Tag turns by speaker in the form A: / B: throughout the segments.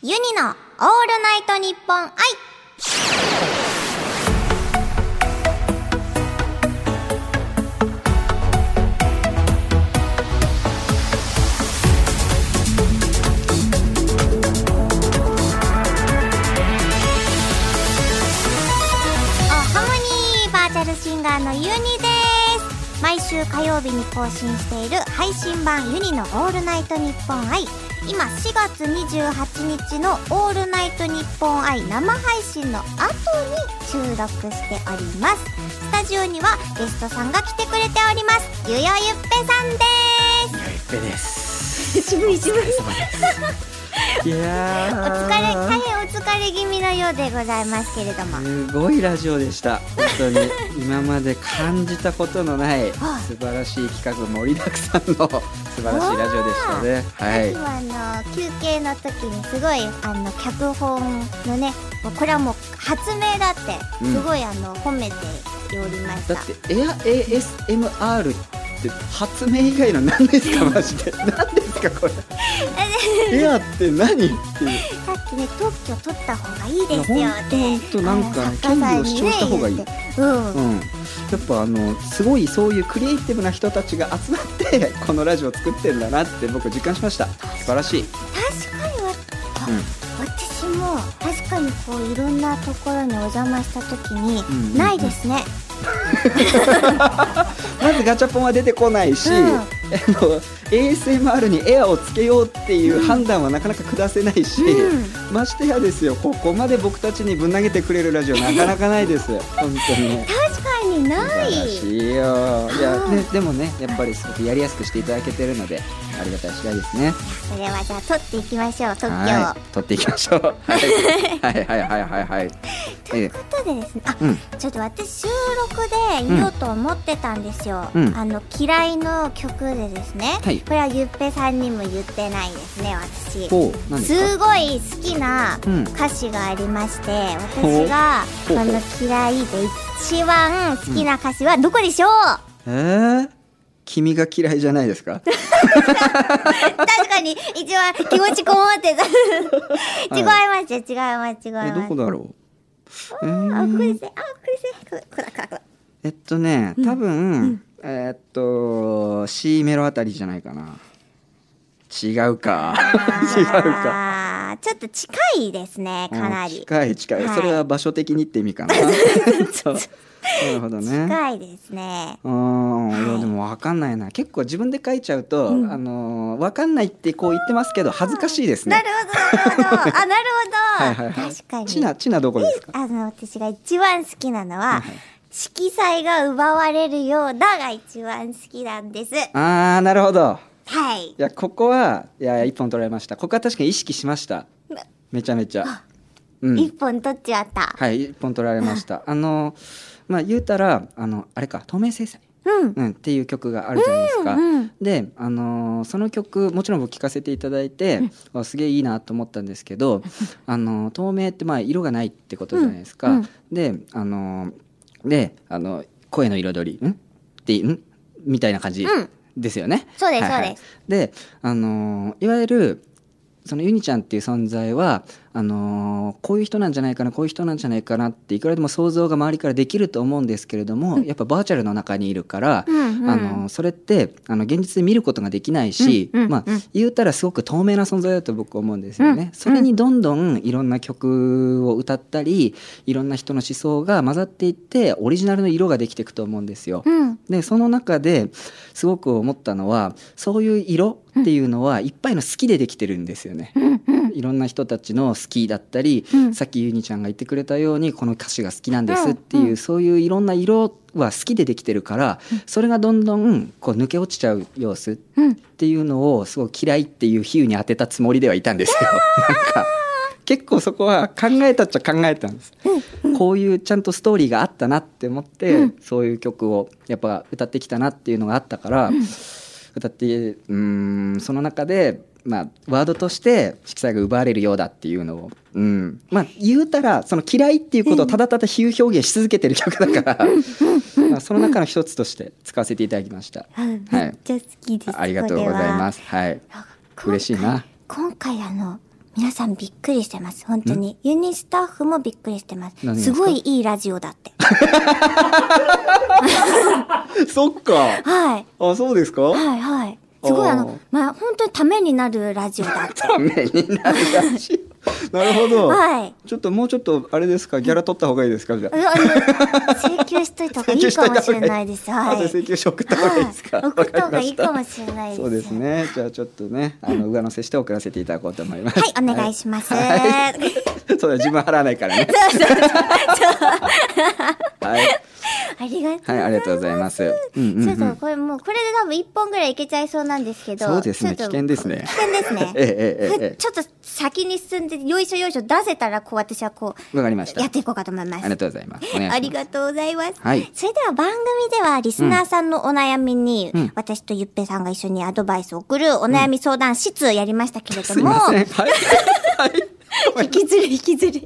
A: ユニのオールナイトニッポン愛おハモニーバーチャルシンガーのユニです毎週火曜日に更新している配信版ユニのオールナイトニッポン愛今4月28日のオールナイトニッポン愛生配信の後に収録しておりますスタジオにはゲストさんが来てくれておりますゆよゆっぺさんです
B: いやいっぺです。
A: 渋い渋い
B: お疲れ様です。いや
A: お疲れ大変お疲れ気味のようでございますけれども
B: すごいラジオでした。本当に今まで感じたことのない
A: はい
B: 素晴らしい企画盛りだくさんの 素晴らしいラジオでしたね。はい。
A: あとはあの休憩の時にすごいあの脚本のねもうこれはもう発明だって
B: うん
A: すごい、あの褒めておりました
B: だってエア ASMR って発明以外の何ですかマジで。何ですかこれ。エアって何っていう。
A: さっきね特許取った方がいいですよっ
B: いや
A: て
B: ほんとほんとなんかね
A: あの作家さんにね
B: 権利を主張した方がいい
A: 言ってうん、
B: うん、やっぱあのすごいそういうクリエイティブな人たちが集まってこのラジオを作ってるんだなって僕実感しました素晴らしい、
A: 確かにわ、あ
B: うん
A: 私も確かにこういろんなところにお邪魔した時に、
B: んうん
A: ないですね、
B: まずガチャポンは出てこないし、
A: うん
B: あの ASMR にエアをつけようっていう判断はなかなか下せないし、
A: う
B: ましてやですよここまで僕たちにぶん投げてくれるラ ジオなかなかないです本当に。
A: 確かに
B: 素
A: な
B: 晴ら
A: い
B: しいよいや、
A: は
B: ね
A: い、
B: でもねやっぱりすごくやりやすくしていただけてるのでありがたい次第ですね。
A: それはじゃあ取っていきましょう特許を、
B: はい、取っていきましょう。 はい、はい、はい、はい、はい、はい。
A: ということでですねあ、
B: うん
A: ちょっと私収録で言おうと思ってたんですよ、
B: うん
A: あの嫌いの曲でですね、
B: はい
A: これはゆっぺさんにも言ってないですね私
B: ほう、何ですか。
A: すごい好きな
B: うん
A: 歌詞がありまして、
B: ほう
A: 私が
B: ほ
A: こ
B: うほう
A: の嫌いで一番好きな歌詞はどこでしょう、
B: えー、君が嫌いじゃないですか。
A: 確かに一番気持ちこもってた違いますよ違います違います
B: え、どこだろう。
A: あ
B: えー
A: これですねあこれですねこれこれこれこれ
B: えっとね、多分、えーっと、C メロあたりじゃないかな。違うか。 違うか。
A: あーちょっと近いですね
B: うん
A: かなり、
B: 近い近い、
A: はい
B: それは場所的にって意味 かな。そう。なるほどね。
A: 近いですね
B: うん、い
A: は
B: や
A: い
B: でも分かんないな結構自分で書いちゃうと、
A: うん
B: あのー分かんないってこう言ってますけど恥ずかしいです
A: なる
B: ね。
A: ほ どなるほどあなるほど、
B: はいはいはい、
A: 確かに
B: ちなちなどこですか。
A: あの私が一番好きなのは、
B: いはい
A: 色彩が奪われるようだが一番好きなんです。は
B: あーなるほど。
A: い。
B: いやここはいや一本取られました。ここは確かに意識しました。
A: な
B: めちゃめちゃ。うん
A: 一、本取っちゃった。
B: はい一本取られました。あのーまあ言うたらあのあれか透明制裁。
A: うん。
B: うん、っていう曲があるじゃないですか。
A: うんうん
B: で、あのーその曲もちろん僕聴かせていただいて、わすげえいいなと思ったんですけど、あのー透明ってまあ色がないってことじゃないですか。
A: うんうん
B: で、あのーであの声の彩りんってんみたいな感じ
A: うん
B: ですよね。
A: そうです
B: はいはい
A: そうで
B: であのーいわゆるそのユニちゃんっていう存在はあのーこういう人なんじゃないかなこういう人なんじゃないかなっていくらでも想像が周りからできると思うんですけれども、やっぱバーチャルの中にいるから、
A: うんうん
B: あのーそれってあの現実で見ることができないし、
A: うんうん
B: まあ
A: うん、
B: 言うたらすごく透明な存在だと僕思うんですよね。
A: うん
B: それにどんどんいろんな曲を歌ったりいろんな人の思想が混ざっていってオリジナルの色ができていくと思うんですよ。
A: うん。
B: でその中ですごく思ったのはそういう色っていうのはいっぱいの好きでできてるんですよね。いろんな人たちの好きだったり、
A: うん
B: さっきゆにちゃんが言ってくれたようにこの歌詞が好きなんですっていう、
A: うんうん
B: そういういろんな色は好きでできてるから、それがどんどんこう抜け落ちちゃう様子っ
A: うん。
B: ていうのをすごい嫌いっていう比喩に当てたつもりではいたんですよ。なんか結構そこは考えたっちゃ考えたんです。こういうちゃんとストーリーがあったなって思って、そういう曲をやっぱ歌ってきたなっていうのがあったから、歌ってうーんその中で、まあ、ワードとして色彩が奪われるようだっていうのを、うんまあ、言うたらその嫌いっていうことをただただ比喩表現し続けてる曲だから、まあ、その中の一つとして使わせていただきました。
A: うん
B: はい
A: めっちゃ好きです。。
B: ありがとうございますす。はい、
A: これは
B: 嬉しいな。
A: 今回あの皆さんびっくりしてます。本当に。ユニスタッフもびっくりしてま
B: 何
A: す。
B: が
A: すごいいいラジオだ って。
B: そっか。
A: はい。
B: あ、そうですか。
A: はいはい。すごいあ
B: おー
A: の、まあ、本当にためになるラジオだって。
B: ためになるらしい。なるほど。
A: はい。
B: ちょっともうちょっとあれですかギャラ取った方がいいですかじゃ
A: う
B: あ。
A: わあの請求しといた方がいいかもしれないです。
B: あ
A: は
B: と
A: い。
B: 請求書送った方がいいですか。
A: はい送った方がいいか
B: わ
A: も
B: りま
A: しれない
B: た
A: です。
B: そうですね。じゃあちょっとね、あの上乗せして送らせていただこうと思います。
A: はい、お願いします。
B: はいそうだ自分払わないからね。はい
A: ありがとうございます。
B: はいありがとうございます。うんうん
A: ち
B: う
A: ょっと
B: ん。
A: これもうこれで多分一本ぐらいいけちゃいそうなんですけど。
B: そうですね
A: ちょっと
B: 危険ですね。
A: 危険ですね
B: ええええええ
A: ちょっと先に進んでよいしょよいしょ出せたらこう私はこう
B: わかりました
A: やっていこうかと思いま
B: あ
A: す。
B: りがとうございます。お願いします
A: ありがとうございます。
B: はい
A: それでは番組ではリスナーさんのお悩みに、
B: うん
A: 私とゆっぺさんが一緒にアドバイスを送るお悩み相談室やりましたけれど
B: すい
A: も、
B: ません。はい
A: 引きずる引きずる。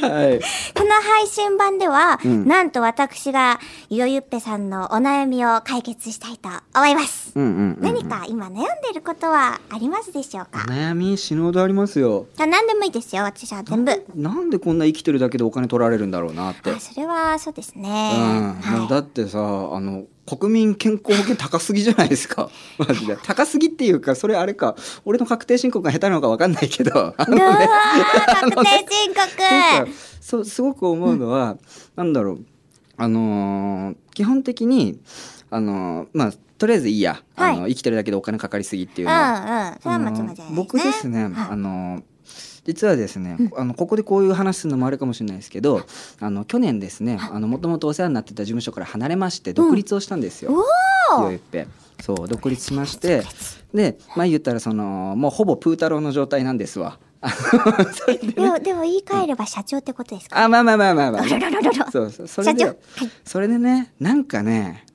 B: はい。
A: この配信版では、
B: ん
A: なんと私がゆよゆっぺさんのお悩みを解決したいと思います。
B: うんうんうん。
A: 何か今悩んでることはありますでしょう
B: お
A: か
B: 悩み死ぬほどありますよ。
A: あ何でもいいですよ、私は全部。
B: なんでこんな生きてるだけでお金取られるんだろうなって。
A: あそれはそうですね。
B: うん、だ
A: は
B: ってさあの国民健康保険高すぎじゃないですか マジで高すぎっていうかそれあれか俺の確定申告が下手なのか分かんない けどあ
A: い。う
B: の
A: わー確定申
B: なん
A: 告
B: かそうすごく思うのは、なんだろうあのー基本的にあのーまあとりあえずいいや、
A: はい
B: あの生きてるだけでお金かかりすぎっていううんの
A: う
B: は
A: ん。それは間違いないですね。
B: 僕ですね、
A: はい
B: あの実はですね、あのここでこういう話するのもあるかもしれないですけど、あの去年ですね、あの元々お世話になってた事務所から離れまして独立をしたんですよ。
A: うんおー
B: ゆういっぺそう独立しまして、でまあ言ったらそのもうほぼプータローの状態なんですわ。
A: でも、でも言い換えれば社長ってことですか
B: あまあまあまあまあまあ。
A: あららららら
B: そうそうそ
A: 社
B: れ
A: 長。は
B: で
A: い。
B: それでねなんかね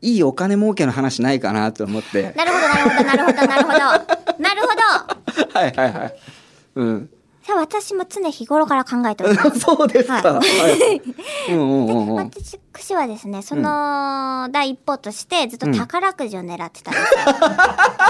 B: いいお金儲けの話ないかなと思って。
A: なるほど、なるほど、なるほど、なるほど。なるほど。
B: はいはいはい。うん。
A: さあ、私も常日頃から考えております。
B: そうですか。
A: は
B: はい。うんうんうんうん。
A: 私はですね、その第一歩としてずっと宝くじを狙ってたんですよ。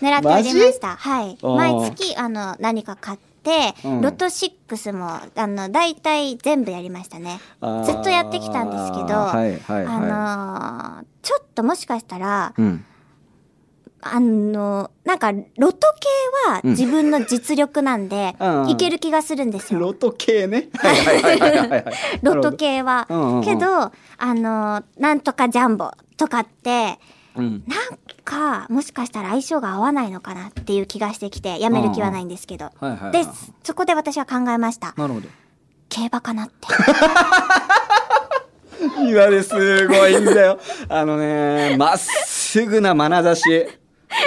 A: 狙っておりました。はい。
B: あー
A: 毎月、あの、何か買って、
B: うん
A: ロト6も、あの、大体全部やりましたね。
B: あー
A: ずっとやってきたんですけど、
B: はいはいはい。
A: あのーちょっともしかしたら、
B: うん。
A: あのーなんか、ロト系は自分の実力なんで、
B: うん
A: いける気がするんですよ。
B: ロト系ね。 はいはいはいはいはいはい。
A: ロト系は。
B: うんうんうん
A: けど、あの、なんとかジャンボとかって、
B: うん。
A: なんか、もしかしたら相性が合わないのかなっていう気がしてきて、やめる気はないんですけど。
B: はいはいはい。
A: で、そこで私は考えました。
B: なるほど。
A: 競馬かなって。
B: 今ですごいんだよ。あのね、まっすぐな眼差し。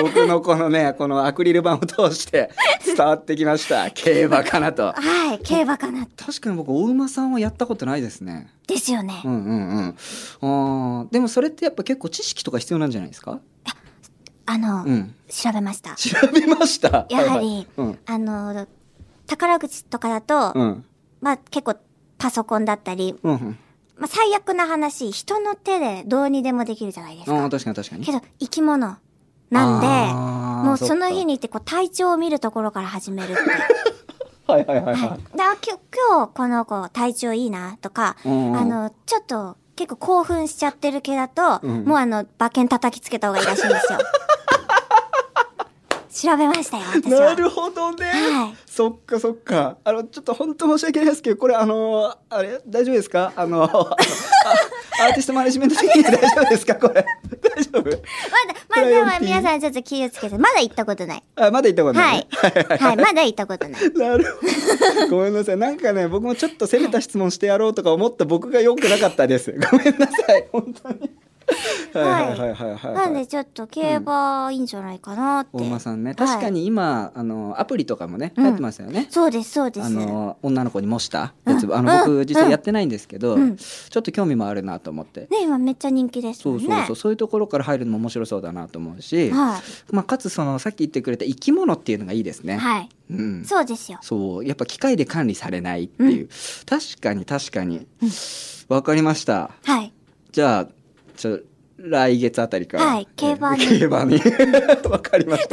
B: 僕のこのね、このアクリル板を通して伝わってきました。競馬かなと。
A: はい、競馬かな。
B: 確かに僕、お馬さんはやったことないですね。
A: ですよね
B: う。んうんうん。あーでもそれってやっぱ結構知識とか必要なんじゃないですか
A: あの、
B: うん。
A: 調べました。
B: 調べました。
A: やは
B: はいはい
A: り、
B: うん。
A: あの、宝くじとかだと、
B: うん。
A: まあ結構パソコンだったり、
B: うんうん。
A: まあ最悪な話、人の手でどうにでもできるじゃないですか。
B: ああ、確かに確かに
A: け。ど生き物なんで
B: あー
A: もうその
B: っか
A: 日に行ってこう体調を見るところから始めるってはい
B: はいはいはい
A: だ
B: は
A: からきょ今日この子体調いいなとか、
B: うんうん
A: あのちょっと結構興奮しちゃってる系だと、
B: うん
A: もうあの馬券叩きつけた方がいいらしいんですよ 調べましたよ
B: い。
A: 私は
B: なるほどね。
A: はい
B: そっかそっか。あの、ちょっと本当申し訳ないですけど、これあのー、あれ、大丈夫ですかあの、あ アーティストマネジメント的に大丈夫ですかこれ。大丈夫
A: まだまだ
B: プライ
A: で
B: オリ
A: は
B: ティ
A: 皆さんちょっと気をつけてまだ行ったことない
B: あ、まだ言ったことな、
A: はいい、 はい、まだ行ったことない
B: なるほど。ごめんなさい。なんかね、僕もちょっと攻めた質問してやろうとか思った僕が良くなかったです。ごめんなさい。本当に。はいはいはいはいはい。
A: なんでちょっと競馬いいんじゃないかなって、
B: 大馬さんね
A: はい
B: 確かに今、あのアプリとかもね
A: う
B: 流
A: ん
B: 行ってますよね、
A: そうですそうです
B: あの女の子に模したやつ、
A: うん
B: あの
A: う
B: 僕
A: ん
B: 実際やってないんですけど、
A: うん
B: ちょっと興味もあるなと思って、
A: ね今めっちゃ人気です
B: そ
A: も
B: う
A: ね
B: んそうそうそういうところから入るのも面白そうだなと思うし、
A: は
B: まあ、かつそのさっき言ってくれた生き物っていうのがいいですね、
A: い、はい、
B: うん、
A: そうですよ
B: そうやっぱ機械で管理されないっていう、確かに確かにわ、かりました
A: はい
B: じゃあちょ来月あたりから、
A: はい競馬に
B: 競馬に わかりま し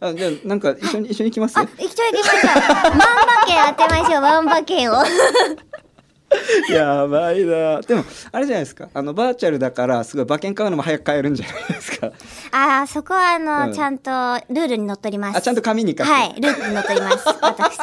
B: たあじゃあなんか一緒に一緒に行きます
A: あ、行きちょい行きましょう。万馬券当てましょう、万馬券を。
B: やばいなでもあれじゃないですかあのバーチャルだからすごい馬券買うのも早く買えるんじゃないですか
A: あーそこはあの、
B: うん
A: ちゃんとルールにのっとります。
B: あちゃんと紙に書く
A: はい、ルールにのっとり ます。私、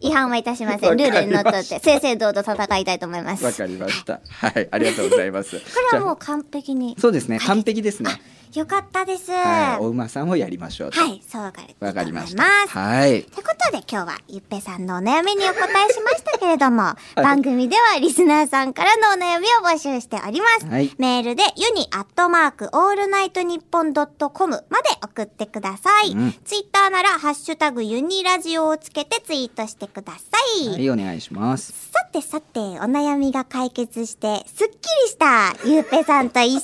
A: 違反はいたしませ
B: わか
A: ん。ル
B: りまし
A: ー
B: た
A: ルにのっとって、正々堂々戦いたいと思います。
B: わかりましたはいありがとうございますこ
A: これはもう完璧に。
B: そうですね完璧ですね
A: よかったです。
B: はいお
A: は
B: 馬さんをやりましょうと
A: い、そうかると思います。
B: わかりましたはい
A: ということで今日はゆっぺさんのお悩みにお答えしましたけれども、
B: い
A: 番組ではリスナーさんからのお悩みを募集しております。
B: はい
A: メールでユニアットマークオールナイトニッポンドットコムまで送ってください。
B: うん
A: ツイッターならハッシュタグユニラジオをつけてツイートしてください。
B: はいお願いします
A: さてさて、お悩みが解決して、すっきりしたゆうぺさんと一緒に、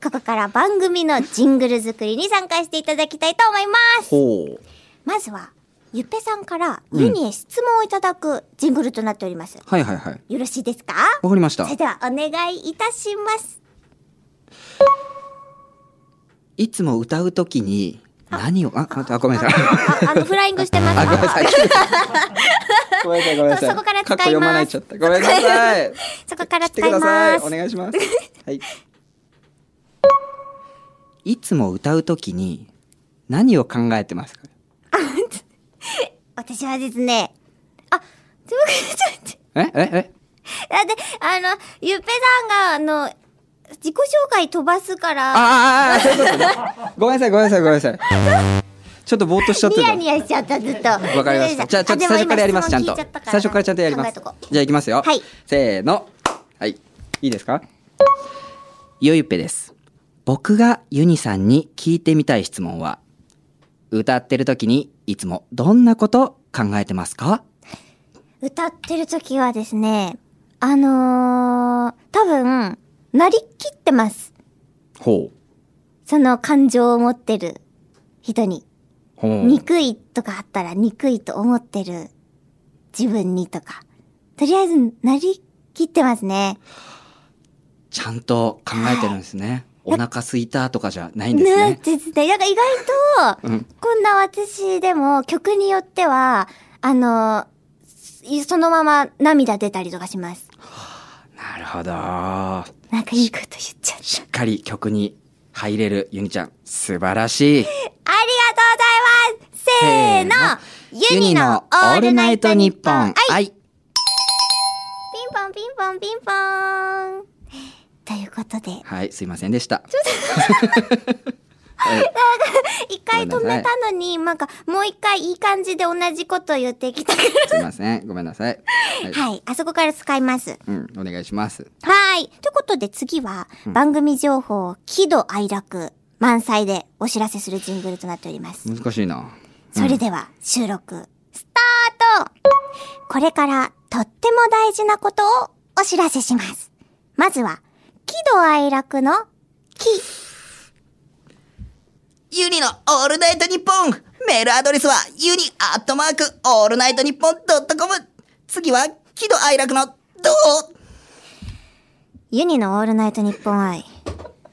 A: ここから番組のジングル作りに参加していただきたいと思います。
B: ほう
A: まずは、ゆっぺさんから、
B: うん
A: ユニへ質問をいただくジングルとなっております。
B: はいはいはい
A: よろしいですか
B: わかりました
A: それでは、お願いいたします。
B: いつも歌うときに何をあああごめんなさい
A: あ、あの、フライングしてます。
B: あごめんなさいごめんなさいごめんなさい
A: そこから使います
B: カッコ読まないちゃったごめんなさい
A: そこから
B: 切って
A: 使い
B: ください
A: ます。
B: お願いしますはいいつも歌うときに何を考えてますか
A: 私はですね、あ、ちょ、ちょ、ちょ、
B: えええ
A: だって、あの、ゆっぺさんが、あの、自己紹介飛ばすから、
B: ああああそういうことねごめんなさいごめんなさいごめんなさいちょっとぼーっとしちゃって
A: ニ
B: た
A: ヤニヤしちゃった、ずっと。
B: わかりました。じゃあ、ちょっと最初からやります、ちゃんと。最初からちゃんとやります。じゃあ、いきますよ。
A: はい
B: せーの。はい。いいですかゆゆっぺです。僕がユニさんに聞いてみたい質問は、歌ってる時にいつもどんなこと考えてますか
A: 歌ってる時はですね、あのー、多分、なりきってます。
B: ほう。
A: その感情を持ってる人に。
B: ほう。
A: 憎いとかあったら憎いと思ってる自分にとか。とりあえず、なりきってますね。
B: ちゃんと考えてるんですね。お腹すいたとかじゃないんです
A: ね
B: ね。
A: 絶対。なんか意外と、
B: うん。
A: こんな私でも曲によっては、あのー、そのまま涙出たりとかします。
B: なるほど。
A: なんかいいこと言っちゃった。
B: しっかり曲に入れるユニちゃん、素晴らし
A: あり
B: い。
A: がとうございますせーのユニのオールナイトニッポンはい
B: はい。
A: ピンポンピンポンピンポーンということで、
B: はい、すいませんでした。
A: 一回止めたのに、なんかもう一回いい感じで同じこと言ってきたか
B: すいません。ごめんなさい。はい。
A: ら。はい、あそこから使います。
B: うん、お願いします。
A: はーい。ということで次は、番組情報を喜怒哀楽満載でお知らせするジングルとなっております。
B: 難しいな。
A: それでは収録スタートこれからとっても大事なことをお知らせします。まずは、喜怒哀楽の喜。
C: ユニのオールナイトニッポンメールアドレスはユニアットマークオールナイトニッポンドットコム次は喜怒哀楽のどう
A: ユニのオールナイトニッポン愛。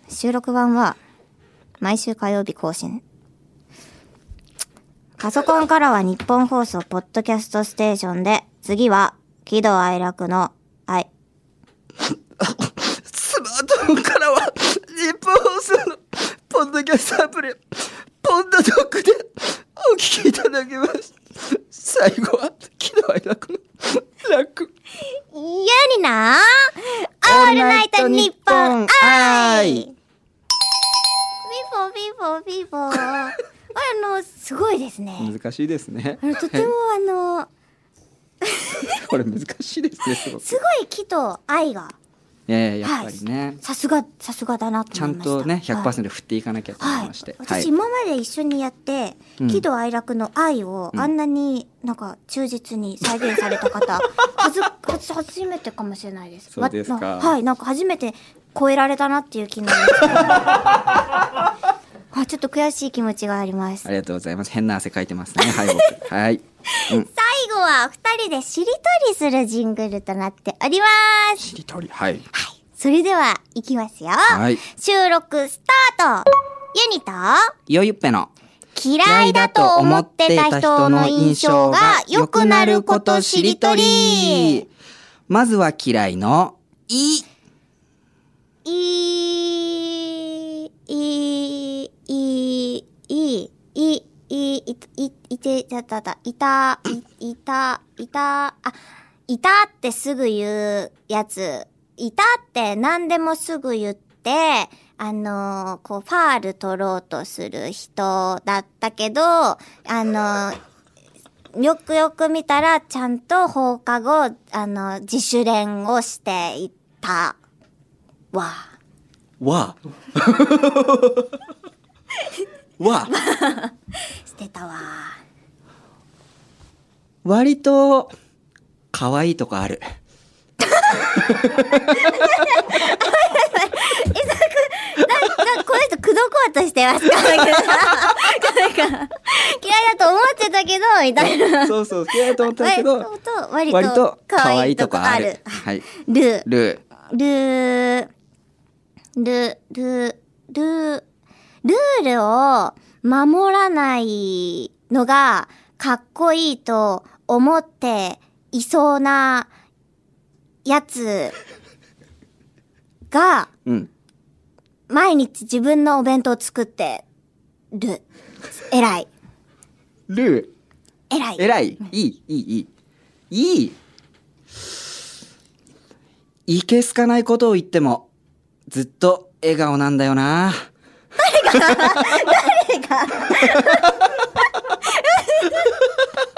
A: 収録版は毎週火曜日更新。パソコンからは日本放送ポッドキャストステーションで、次は喜怒哀楽の愛。
C: スマートフォンからは日本放送のポッドキャストアプリポンドドックでお聞きいただけます最後は喜怒哀楽の楽
A: ユニのオールナイトニッポン愛ピンポンピンポンピンポ ン。あの、すごいですね。
B: 難しいですね
A: あ。の、とてもあの、
B: これ難しいですね。す ごく
A: すごい喜と愛が、
B: ええ、やっぱりね。
A: さすが、さすがだな
B: ち
A: と
B: ゃ
A: 思い
B: ん
A: ました。
B: とね、
A: はい
B: 100%振っていかなきゃと思
A: はいい
B: まして。、は
A: 私
B: い。
A: 今まで一緒にやって、
B: うん
A: 喜怒哀楽の愛をあんなになんか忠実に再現された 方、はずはず初めてかもしれないです。
B: そうですか
A: なはい、なんか初めて超えられたなっていう気にな りました。あちょっと悔しい気持ちがあります。最
B: ありがとうございます。変な汗かいてますね。はい、僕。はい。うん。
A: 後はお二人でしりとりするジングルとなっております。
B: しりとり。はい。
A: それでは、いきますよ。
B: はい
A: 収録スタートユニと、
B: よゆっぺの
A: 嫌いだと思ってた人の印象が良くなることしりとり。
B: まずは嫌いのい
A: いい、いい、いい、いい、いい、い、い、いて、たたた、いた、い、いた、いた、あ、いたってすぐ言うやつ。いたって何でもすぐ言って、あのーこう、ファール取ろうとする人だったけど、あのーよくよく見たら、ちゃんと放課後、あの、自主練をしていた。わ
B: はは
A: してたわ
B: 割と可愛いとこある
A: なんかこの人口説こうとしてますかなんか嫌いだと思ってたけどみたいな
B: そうそう嫌いだと思った
A: 割
B: けど
A: と割
B: 割と
A: と
B: 可
A: 可
B: 愛
A: 愛
B: い
A: い
B: と
A: と
B: こ
A: こ
B: あ
A: あ
B: る
A: る
B: はい
A: ル
B: ルー
A: ルールルルルールを守らないのがかっこいいと思っていそうなやつが
B: うん
A: 毎日自分のお弁当を作ってる。偉い。
B: ル
A: 偉い。
B: ー偉いいいいいいいいいいけすかないことを言ってもずっと笑顔なんだよな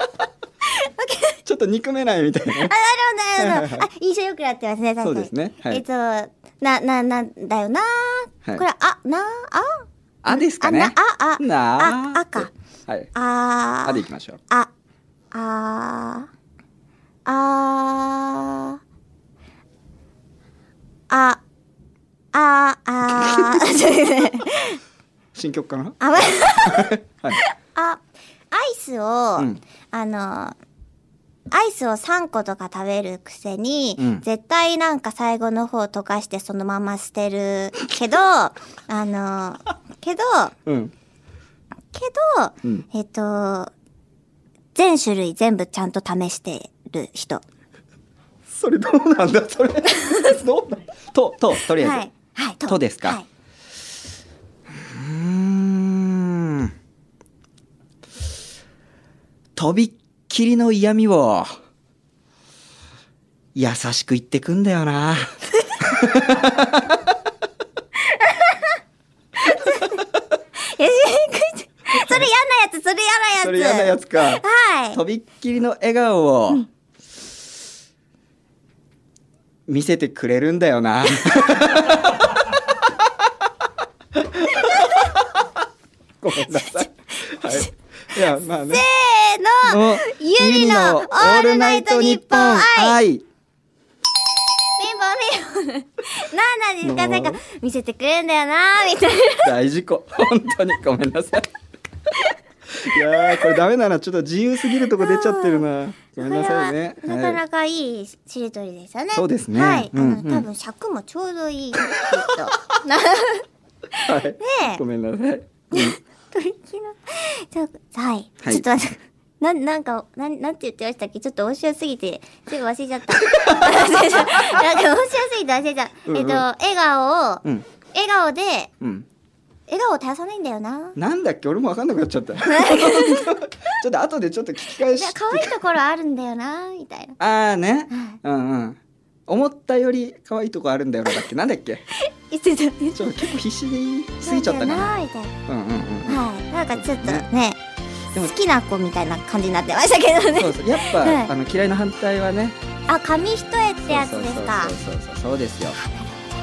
B: 誰が ちょっと憎めないみたいな
A: あ、なるほど、なる ほど。あ、印象良くなってますね、確かに。
B: そうですねはい
A: えっと、な、な、なんだよな、
B: はい
A: これ、あ、な、あ、
B: あですか
A: あ、な
B: ね、
A: あ、あ、
B: な
A: あ、あか。
B: はい
A: あ
B: あでいきましょう
A: あ、あー、あー、あ、あ、あー、ちょっと待っ て
B: 新曲かな
A: あ、ま
B: はい
A: あ、アイスを、
B: うん
A: あの、アイスを3個とか食べるくせに、
B: うん
A: 絶対なんか最後の方溶かしてそのまま捨てるけど、あの、けど、
B: うん
A: けど、
B: うん
A: えっと、全種類全部ちゃんと試してる人。
B: それどうなんだ それどうなんとととりあえず、
A: はい。はい。
B: とですか
A: はい。
B: うーんとびっきりの嫌味を優しく言ってくんだよな
A: え、それ嫌なやつ、それ嫌なやつ。
B: それ嫌なやつ か
A: はい。
B: とびっきりの笑顔を見せてくれるんだよな ごめんなさい、はい、いやまあね
A: せーの
B: の
A: ゆりのオールナイトニッポン
B: は
A: 愛
B: い
A: ピンポンピンポン。なんなんですかなんか、見せてくれんだよなみたいな。
B: 大事故本当にごめんなさい いやーこれダメだなちょっと自由すぎるとこ出ちゃってるなごめんなさいね
A: これはなか
B: は
A: なかいいしりとりでしたね。
B: そうですね
A: はい。あ
B: うん
A: の
B: うん
A: 多分尺もちょうどいい。きっ と。な、
B: い、はい
A: え
B: ごめんなさい、うん
A: 取り気の。ちょはい。
B: はい
A: ちょっと待って。なん、なんか、なん、なんて言ってましたっけちょっと面白すぎて、ちょっと忘れちゃった。 忘れちゃったなんか面白すぎて忘れちゃった。
B: うん
A: えっと、笑顔を、
B: うん
A: 笑顔で、
B: うん
A: 笑顔を絶やさないんだよな。
B: なんだっけ俺も分かんなくなっちゃっ たちょっと後でちょっと聞き返
A: い
B: し
A: や可愛いところあるんだよな、みたいな。
B: ああねうんうん思ったより可愛いとこあるんだよなだっけなんだっけ
A: 言ってた。
B: ちょっと結構必死で言い過ぎちゃったかな
A: みたいな。
B: うんうんうん
A: はい、なんかちょっとね、
B: でも
A: 好きな子みたいな感じになってましたけど
B: そ
A: ね。
B: うそうやっぱ、
A: はい
B: あの嫌いの反対はね
A: あ、紙一重ってやつ
B: そう
A: で
B: そう
A: すか。
B: そうそうそうそうですよ。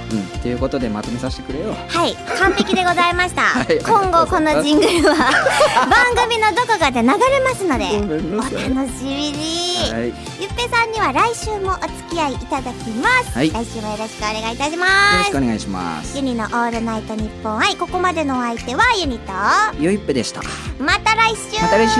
B: うん、ということでまとめさせてくれよ。
A: はい、完璧でございま した。
B: い
A: 今後このジングルは 番組のどこかで流れますの
B: ご
A: で、
B: めん
A: お
B: な
A: 楽
B: さい。
A: しみに。
B: はい、よ
A: ゆっぺさんには来週もお付き合いいただきます。
B: はい
A: 来週もよろしくお願いいたし
B: ろ
A: ま
B: し
A: す
B: く。お願いします
A: ユ。ニのオールナイトニッポン愛ここまでのお相手はユニと
B: よいっぺでした。ま
A: また来週
B: た来週。